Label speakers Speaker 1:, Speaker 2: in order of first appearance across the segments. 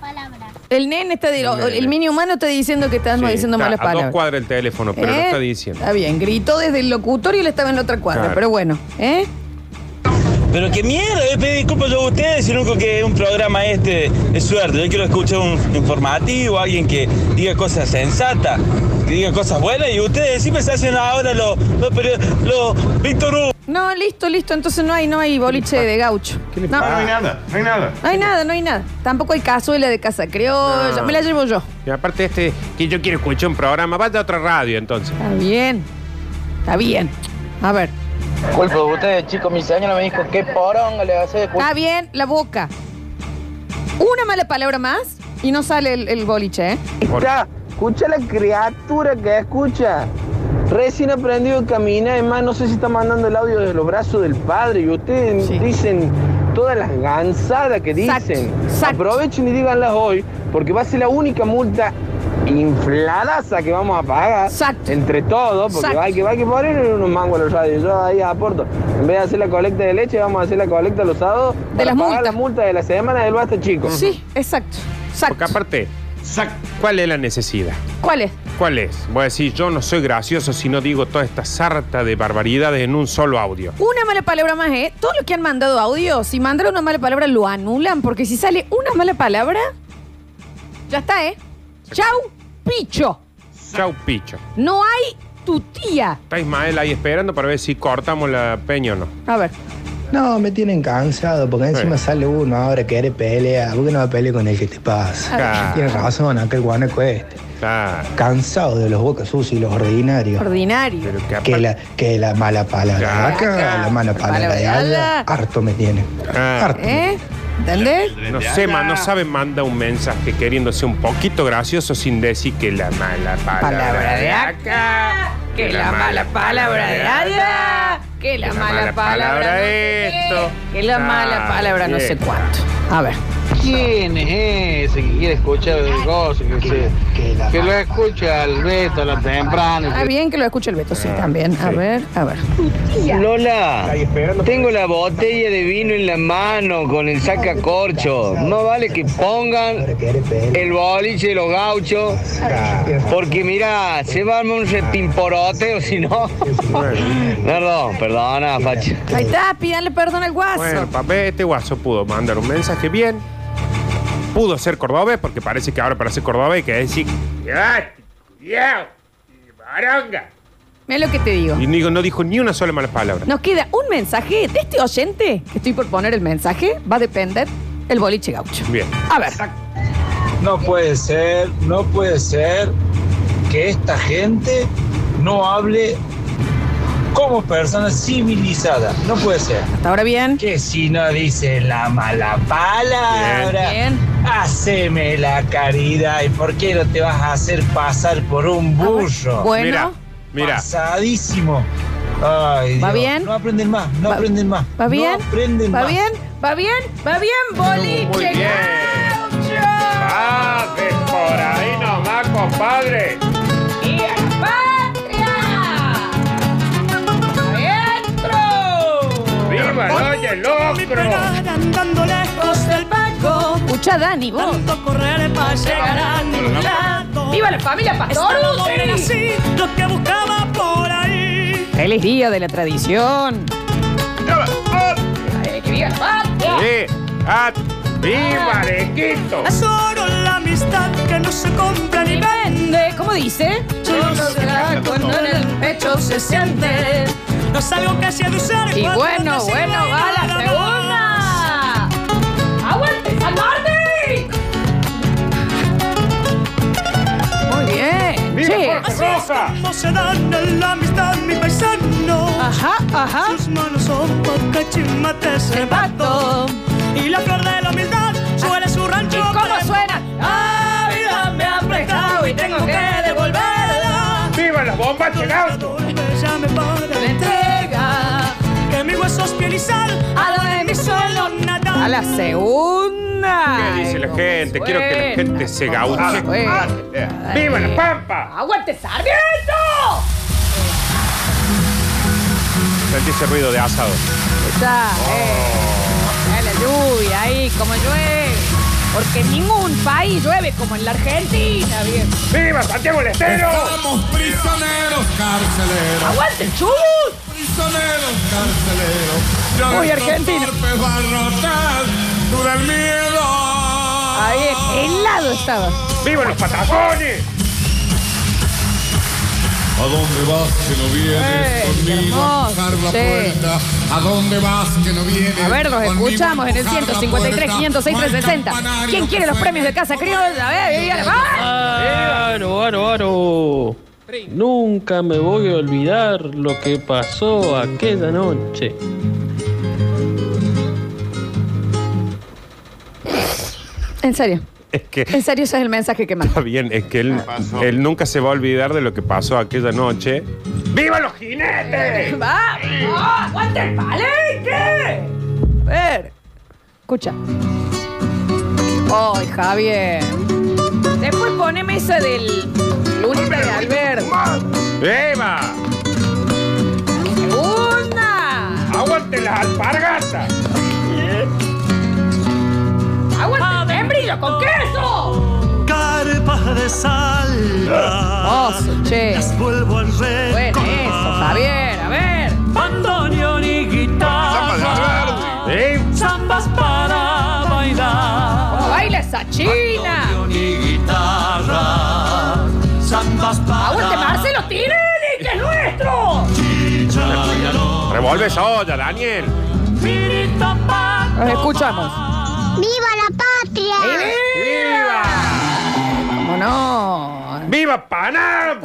Speaker 1: palabras.
Speaker 2: El nene está di-
Speaker 3: El
Speaker 2: o- o el,
Speaker 3: nene.
Speaker 2: mini humano está diciendo que estamos
Speaker 3: Sí,
Speaker 2: diciendo
Speaker 3: está
Speaker 2: malas
Speaker 3: A dos
Speaker 2: palabras.
Speaker 3: cuadras el teléfono, pero
Speaker 2: ¿Eh?
Speaker 3: lo está diciendo.
Speaker 2: Está bien, gritó desde el locutorio y él estaba en la otra cuadra,
Speaker 3: Claro.
Speaker 2: pero bueno, ¿eh?
Speaker 4: Pero qué mierda, yo pedí disculpas yo a ustedes, sino que un programa este es suerte. Yo quiero escuchar un informativo, alguien que diga cosas sensatas, que diga cosas buenas, y ustedes siempre se hacen ahora los, los, peri- los Víctor Hugo.
Speaker 2: No, listo, listo, entonces no hay, no hay boliche de gaucho. no,
Speaker 5: No, no hay nada, no hay nada.
Speaker 2: no hay nada, no hay nada. Tampoco hay cazuela de casa criolla,
Speaker 3: No.
Speaker 2: me la llevo yo.
Speaker 3: Y aparte este, que yo quiero escuchar un programa, vaya a otra radio entonces.
Speaker 2: Está bien, está bien. A ver,
Speaker 6: Culpa de ustedes, chicos. Mi señora me dijo qué poronga le hace de
Speaker 2: está bien la boca. Una mala palabra más y no sale el, el boliche, ¿eh?
Speaker 6: Escucha, escucha la criatura que escucha. Recién aprendido a caminar, es más, no sé si está mandando el audio de los brazos del padre. Y ustedes
Speaker 2: Sí.
Speaker 6: dicen todas las gansadas que
Speaker 2: Exacto,
Speaker 6: dicen.
Speaker 2: exacto.
Speaker 6: Aprovechen y díganlas hoy, porque va a ser la única multa infladaza que vamos a pagar
Speaker 2: Exacto.
Speaker 6: entre todos, porque
Speaker 2: Exacto.
Speaker 6: hay que, hay que poner unos mangos a los radios. Yo ahí aporto. En vez de hacer la colecta de leche, vamos a hacer la colecta los sábados
Speaker 2: De
Speaker 6: para
Speaker 2: las
Speaker 6: pagar
Speaker 2: multas.
Speaker 6: la multa de la semana del basta chico.
Speaker 2: Sí, exacto,
Speaker 3: Porque
Speaker 2: exacto.
Speaker 3: aparte,
Speaker 5: Sac.
Speaker 3: ¿cuál es la necesidad?
Speaker 2: ¿Cuál es?
Speaker 3: ¿Cuál es? Voy a decir, yo no soy gracioso si no digo toda esta sarta de barbaridades en un solo audio.
Speaker 2: Una mala palabra más, ¿eh? Todos los que han mandado audio, si mandan una mala palabra, lo anulan, porque si sale una mala palabra, ya está, ¿eh? Chau, picho.
Speaker 3: Chau, picho.
Speaker 2: No hay tu tía.
Speaker 3: Está Ismael ahí esperando para ver si cortamos la peña o no.
Speaker 2: A ver,
Speaker 7: No, me tienen cansado porque encima
Speaker 3: Sí.
Speaker 7: sale uno ahora que eres pelea. ¿Por qué no va a pelear con el que te pasa?
Speaker 3: Claro,
Speaker 6: Ah.
Speaker 7: Tienes razón, aquel guanaco este.
Speaker 3: claro.
Speaker 7: Cansado de los bocas sucios y los ordinarios.
Speaker 2: ordinario.
Speaker 3: Pero que
Speaker 7: Que
Speaker 3: aparte,
Speaker 7: la, que la mala palabra de
Speaker 3: Claro.
Speaker 7: acá, la mala palabra de allá.
Speaker 2: Palabra.
Speaker 7: Harto me tienen.
Speaker 6: Ah.
Speaker 3: Claro.
Speaker 7: Harto.
Speaker 2: ¿Eh? ¿Entendés?
Speaker 3: no sé, ma- no sabe, manda un mensaje queriéndose un poquito gracioso sin decir que la mala palabra,
Speaker 2: Palabra de
Speaker 3: acá,
Speaker 2: Que la mala palabra de allá. Que la mala palabra de esto. Que la mala
Speaker 3: Ah,
Speaker 2: palabra no sé
Speaker 3: bien.
Speaker 2: cuánto. A ver.
Speaker 6: ¿Quién es ese que quiere escuchar el gozo? Que, se,
Speaker 7: que la
Speaker 6: que lo escucha al Beto a la temprana.
Speaker 2: Está bien que lo escuche el Beto, sí, también. A
Speaker 3: sí.
Speaker 2: ver, a ver.
Speaker 6: Lola, tengo la botella de vino en la mano con el sacacorcho. No vale que pongan
Speaker 7: Ahora que eres pelea.
Speaker 6: el boliche de los gauchos, porque mira, se va a armar un repimporote o si no. Perdón, perdona, Facha.
Speaker 2: Ahí está, pídanle perdón al guaso.
Speaker 3: Bueno, papá, este guaso pudo mandar un mensaje bien. Pudo ser cordobés, porque parece que ahora para ser cordobés hay que decir. "Ya, ya, y baronga".
Speaker 2: Mira lo que te digo.
Speaker 3: Y digo, no dijo ni una sola mala palabra.
Speaker 2: Nos queda un mensaje de este oyente, que estoy por poner el mensaje, va a depender el boliche gaucho.
Speaker 3: Bien.
Speaker 2: A ver,
Speaker 8: No puede ser, no puede ser que esta gente no hable como persona civilizada. No puede ser.
Speaker 2: hasta ahora bien.
Speaker 8: Que si no dice la mala palabra,
Speaker 2: Bien.
Speaker 8: haceme la caridad. ¿Y por qué no te vas a hacer pasar por un burro?
Speaker 2: Ah, Bueno,
Speaker 3: Mira, mira.
Speaker 8: Pasadísimo. Ay,
Speaker 2: ¿Va
Speaker 8: Dios.
Speaker 2: bien?
Speaker 8: No aprenden más, no
Speaker 2: Va-
Speaker 8: aprenden más.
Speaker 2: ¿va bien?
Speaker 8: No aprenden
Speaker 2: ¿Va
Speaker 8: más.
Speaker 2: bien? ¿Va bien? ¿Va bien,
Speaker 3: Muy
Speaker 2: boliche
Speaker 3: bien.
Speaker 2: gaucho?
Speaker 3: Ah, de por ahí nomás, compadre.
Speaker 2: ¡Y a la patria! ¡Adentro!
Speaker 3: ¡Viva el oye locro!
Speaker 9: Andando lejos del banco,
Speaker 2: Escucha, Dani, vos.
Speaker 9: tanto correr para llegar a ningún lado.
Speaker 2: ¡Viva la familia
Speaker 9: Era
Speaker 2: Pastor!
Speaker 9: así lo que buscaba por ahí.
Speaker 2: ¡Feliz día de la tradición! ¡Que viva la patria!
Speaker 3: Sí. Ah, ¡Viva Arequito!
Speaker 9: Es oro la amistad que no se compra ni vende.
Speaker 2: Depende, ¿cómo dice?
Speaker 9: Solo se da cuando en el pecho se siente. No es algo que se de usar
Speaker 2: Y
Speaker 9: cuando
Speaker 2: bueno,
Speaker 9: te
Speaker 2: bueno,
Speaker 9: sirve
Speaker 2: va la
Speaker 9: nada más.
Speaker 2: segunda. ¡Aguante, San Martín! Muy bien.
Speaker 3: ¡Viva
Speaker 2: Che.
Speaker 3: Jorge Rosa!
Speaker 9: No se dan en la amistad mi paisano.
Speaker 2: Ajá, ajá.
Speaker 9: Sus manos son poca chimate
Speaker 2: Zapato.
Speaker 9: Y la flor de la humildad suele su rancho.
Speaker 2: Ah. ¿Y cómo
Speaker 9: para-
Speaker 2: suena?
Speaker 9: La vida me ha prestado y tengo que devolverla.
Speaker 3: ¡Viva las bombas de auto!
Speaker 9: Ya me para
Speaker 2: La entrega.
Speaker 9: que mi hueso es piel y sal.
Speaker 2: A la de mi
Speaker 9: suelo natal.
Speaker 2: A la segunda.
Speaker 3: ¿Qué dice la gente? Quiero que la gente se gauche. Ah, eh, ¡Viva la pampa!
Speaker 2: ¡Aguante, sargento!
Speaker 3: Sentí ese ruido de asado. Oh.
Speaker 2: Está, eh. Está la lluvia ahí, como llueve. Porque en ningún país llueve como en la Argentina, bien.
Speaker 3: ¡Viva Santiago del Estero!
Speaker 1: Estamos prisioneros, carceleros.
Speaker 2: ¡Aguante el chubut!
Speaker 1: Prisioneros, carceleros. Ya
Speaker 2: Muy
Speaker 1: nuestros
Speaker 2: argentino.
Speaker 1: torpes barrotas, dura el miedo.
Speaker 2: Ahí, helado estaba.
Speaker 3: ¡Viva los Patagones!
Speaker 1: ¿A dónde vas que no
Speaker 2: Eh,
Speaker 1: vienes conmigo a
Speaker 2: hermoso,
Speaker 1: empujar la
Speaker 2: sí.
Speaker 1: puerta? ¿A dónde vas que no vienes?
Speaker 2: A ver, los
Speaker 1: conmigo a
Speaker 2: escuchamos en el
Speaker 1: empujar la
Speaker 2: 153,
Speaker 1: puerta?
Speaker 2: 506,
Speaker 1: No hay
Speaker 2: 360.
Speaker 1: campanario
Speaker 2: ¿Quién quiere
Speaker 1: que
Speaker 2: los premios de
Speaker 1: suene.
Speaker 2: Casa Criolla? A ver, dígale, ¡va!
Speaker 5: Aro, aro, aro. Nunca me voy a olvidar lo que pasó aquella noche.
Speaker 2: En serio,
Speaker 3: Es que
Speaker 2: en serio ese es el mensaje que más.
Speaker 3: está bien, es que él, él nunca se va a olvidar de lo que pasó aquella noche. ¡Viva los jinetes!
Speaker 2: ¡Va! ¡Ah, ¡Aguante el palenque! A ver, escucha. ¡Ay, Javier! Después poneme esa del Lunita de Alberto.
Speaker 3: ¡Viva!
Speaker 2: ¡Una!
Speaker 3: ¡Aguante las alpargatas!
Speaker 2: ¡Aguante el membrillo con queso!
Speaker 9: Carpa de salva.
Speaker 2: Oso, che.
Speaker 9: Las vuelvo al rey.
Speaker 2: Bueno, eso, Javier, a ver.
Speaker 9: Bandoneón y guitarra.
Speaker 3: ¡Eh!
Speaker 9: Zambas para bailar.
Speaker 2: ¿Cómo baila esa china?
Speaker 9: Bandoneón y guitarra. Zambas para
Speaker 2: ¡Aguante Marcelo Tinelli, que es nuestro!
Speaker 9: Chayalón.
Speaker 3: ¡Revuelve soya, Daniel!
Speaker 9: Pirita pa'
Speaker 2: Los escuchamos.
Speaker 10: ¡Viva la patria!
Speaker 2: ¡Eh!
Speaker 3: ¡Viva!
Speaker 2: ¡Vámonos!
Speaker 3: ¡Viva Panam!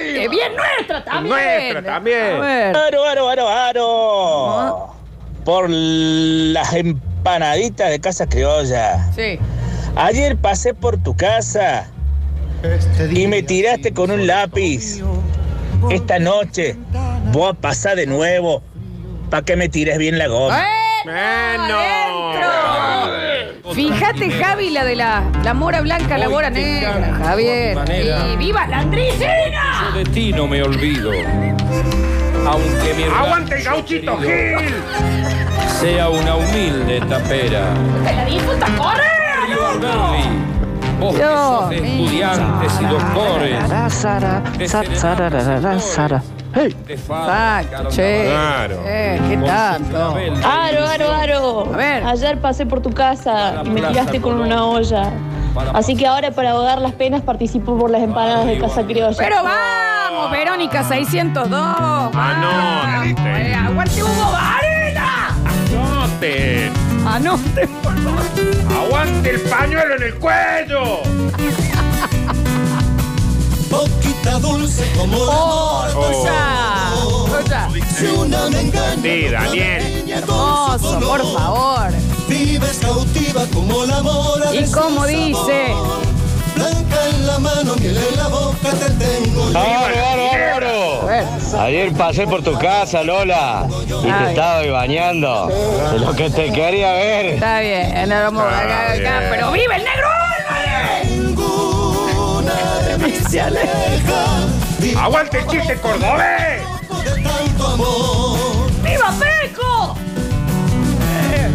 Speaker 2: ¡Qué bien nuestra también!
Speaker 3: Nuestra también.
Speaker 2: A ver.
Speaker 4: Aro, aro, aro, aro. Por las empanaditas de Casa Criolla.
Speaker 2: Sí.
Speaker 4: Ayer pasé por tu casa y me tiraste con un lápiz. Esta noche voy a pasar de nuevo para que me tires bien la goma.
Speaker 3: Bueno.
Speaker 2: Adentro. Fíjate, Javi, la de la, la mora blanca, la mora negra, Javier. ¡Y viva la andricina!
Speaker 5: De ti no me olvido. Aunque mi
Speaker 3: ¡Aguante el gauchito Gil!
Speaker 5: sea una humilde tapera.
Speaker 2: ¡Que la disputa corre!
Speaker 5: Vos
Speaker 2: que sos de Yo, estudiantes
Speaker 5: y doctores.
Speaker 2: Exacto, che.
Speaker 3: Claro.
Speaker 2: Eh, ¿Qué tanto?
Speaker 11: Aro, aro, aro.
Speaker 2: A ver.
Speaker 11: Ayer pasé por tu casa y me tiraste con una olla. Así que ahora para ahogar las penas participo por las empanadas de Casa Criolla.
Speaker 2: Pero vamos, Verónica 602. Ah,
Speaker 3: Anoten.
Speaker 2: aguante Hugo Varela.
Speaker 3: ¡Note!
Speaker 2: Anote, por favor.
Speaker 3: ¡Aguante el pañuelo en el cuello!
Speaker 1: Boquita dulce como la
Speaker 2: Oh, escucha. Escucha.
Speaker 1: Si una me engaña,
Speaker 3: Oh, Sí,
Speaker 1: la otra
Speaker 3: Daniel.
Speaker 1: me engaña con su
Speaker 2: Hermoso,
Speaker 1: color.
Speaker 2: por favor.
Speaker 1: Vives cautiva como la mora
Speaker 2: Y
Speaker 1: de su
Speaker 2: como
Speaker 1: sabor.
Speaker 2: dice.
Speaker 1: Blanca en la mano, miel en la boca, te tengo yo.
Speaker 2: A ver.
Speaker 4: Ayer pasé por tu casa, Lola, y
Speaker 2: Ay.
Speaker 4: te estaba ahí bañando. De Lo que te quería ver.
Speaker 2: Está bien, no vamos
Speaker 3: Está
Speaker 2: acá, acá,
Speaker 3: bien.
Speaker 2: pero vive el negro Álvarez.
Speaker 1: Ninguna de mis
Speaker 2: Especiales.
Speaker 1: cejas vive
Speaker 3: ¡Aguante el chiste cordobés!
Speaker 1: de tanto amor.
Speaker 2: ¡Viva Peco! Eh,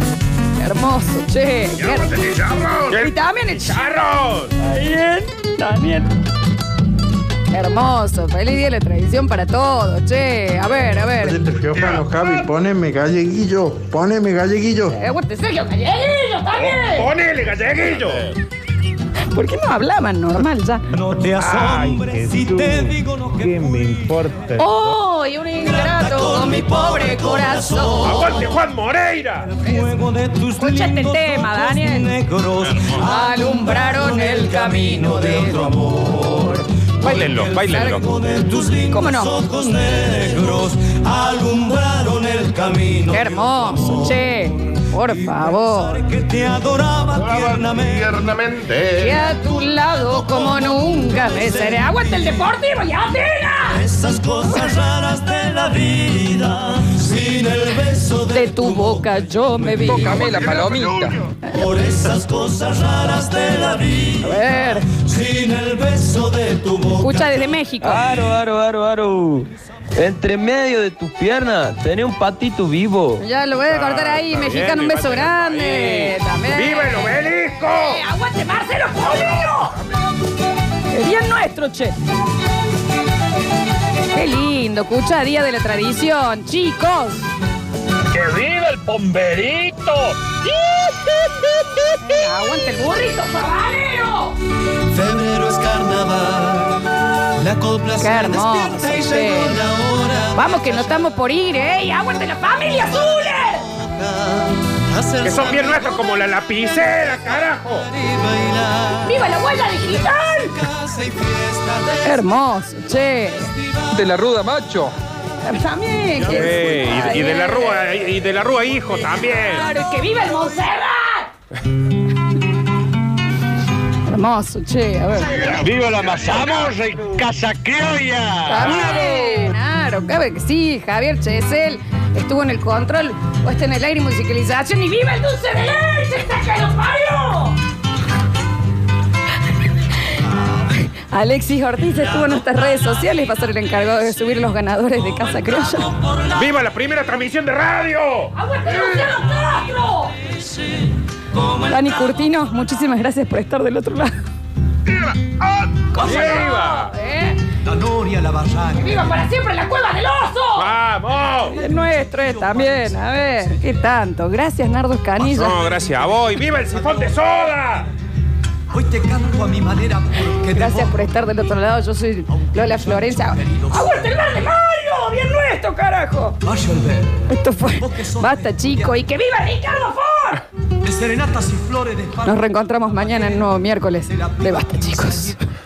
Speaker 2: hermoso, che.
Speaker 3: ¡Aguante el chicharrón!
Speaker 2: Y también el
Speaker 3: ¡Charros!
Speaker 2: Hermoso, feliz día de la tradición para todos, che. A ver, a ver.
Speaker 3: Teófano, Javi,
Speaker 7: poneme galleguillo, poneme galleguillo.
Speaker 2: Eh, Aguante Sergio Calleguillo también.
Speaker 3: ¡Ponele galleguillo!
Speaker 2: ¿Por qué no hablaban normal ya?
Speaker 9: No te asombres si te digo no que
Speaker 2: ¡Oh! Y un ingrato con mi pobre corazón.
Speaker 3: ¡Aguante Juan Moreira!
Speaker 9: fuego de tus
Speaker 2: Escucha este
Speaker 9: lindos
Speaker 2: tema,
Speaker 9: ojos
Speaker 2: Daniel.
Speaker 9: negros
Speaker 2: Alumbraron el camino de otro amor.
Speaker 3: Báilenlo, báilenlo.
Speaker 9: Fuego de tus lindos
Speaker 2: ¿Cómo no?
Speaker 9: ojos negros alumbraron el camino
Speaker 2: Qué
Speaker 9: de otro
Speaker 2: hermoso,
Speaker 9: amor.
Speaker 2: che. Por favor.
Speaker 9: Pensar que te adoraba tiernamente
Speaker 2: Que
Speaker 1: Tiernamente.
Speaker 2: a tu lado como nunca me seré. ¡Aguante el deportivo y Atenas!
Speaker 9: esas cosas raras de la vida sin el beso de,
Speaker 2: De tu boca yo me vi.
Speaker 3: Tócame la palomita.
Speaker 9: por esas cosas raras de la vida
Speaker 2: A ver.
Speaker 9: sin el beso de tu boca
Speaker 2: Escucha desde México.
Speaker 5: Aro, aro, aro, aro. Entre medio de tus piernas tenés un patito vivo.
Speaker 2: Ya lo voy a cortar ahí,
Speaker 3: Ah, Está
Speaker 2: mexicano, un
Speaker 3: bien,
Speaker 2: beso
Speaker 3: viva el
Speaker 2: grande.
Speaker 3: país.
Speaker 2: También.
Speaker 3: ¡Viva el obelisco!
Speaker 2: Eh, se los jodidos! Es bien nuestro, che. Qué lindo, escucha, día de la tradición, chicos.
Speaker 12: ¡Que viva el bomberito!
Speaker 2: ¡Aguante el burrito, sabanero!
Speaker 1: Febrero es carnaval, la copla
Speaker 2: Qué
Speaker 1: se
Speaker 2: hermoso,
Speaker 1: despierta y
Speaker 2: che.
Speaker 1: llegó la hora.
Speaker 2: Vamos que no estamos por ir, ¿eh? ¡Aguante la familia azul!
Speaker 3: Que son bien nuestros como la lapicera, carajo.
Speaker 2: ¡Viva la huella digital! Hermoso, che.
Speaker 13: De la ruda macho.
Speaker 2: También. que-
Speaker 3: Eh, y, y de la rúa, y de la rúa hijo también.
Speaker 2: Claro, que viva el Monserrat. Hermoso, che, a ver.
Speaker 12: ¡Viva la mazamorra y casa criolla!
Speaker 2: También, claro, cabe que sí, Javier Chesel estuvo en el control, o está en el aire y musicalización, y viva el dulce de leche, está que lo parió. Alexis Ortiz estuvo en nuestras redes sociales, va a ser el encargado de subir los ganadores de Casa Criolla.
Speaker 3: ¡Viva la primera transmisión de radio!
Speaker 2: ¡Aguante Luciano Castro! Dani Curtino, muchísimas gracias por estar del otro lado.
Speaker 3: ¡Viva!
Speaker 2: ¿Eh?
Speaker 1: La noria, la barraca.
Speaker 2: ¡Viva para siempre la cueva del oso!
Speaker 3: ¡Vamos!
Speaker 2: Es nuestro es también, a ver, qué tanto. Gracias, Nardo Escanilla.
Speaker 3: No, gracias a vos. Y ¡Viva el sifón de soda!
Speaker 1: Hoy te canto a mi manera porque
Speaker 2: Gracias por estar del otro lado. Yo soy Lola Florencia. ¡Aguante el bar de Mario! ¡Bien nuestro, carajo!
Speaker 1: va a llover.
Speaker 2: Esto fue. Basta, chico, y que viva Ricardo Ford.
Speaker 1: De serenatas y flores de
Speaker 2: Nos reencontramos mañana en un nuevo miércoles de Basta, chicos.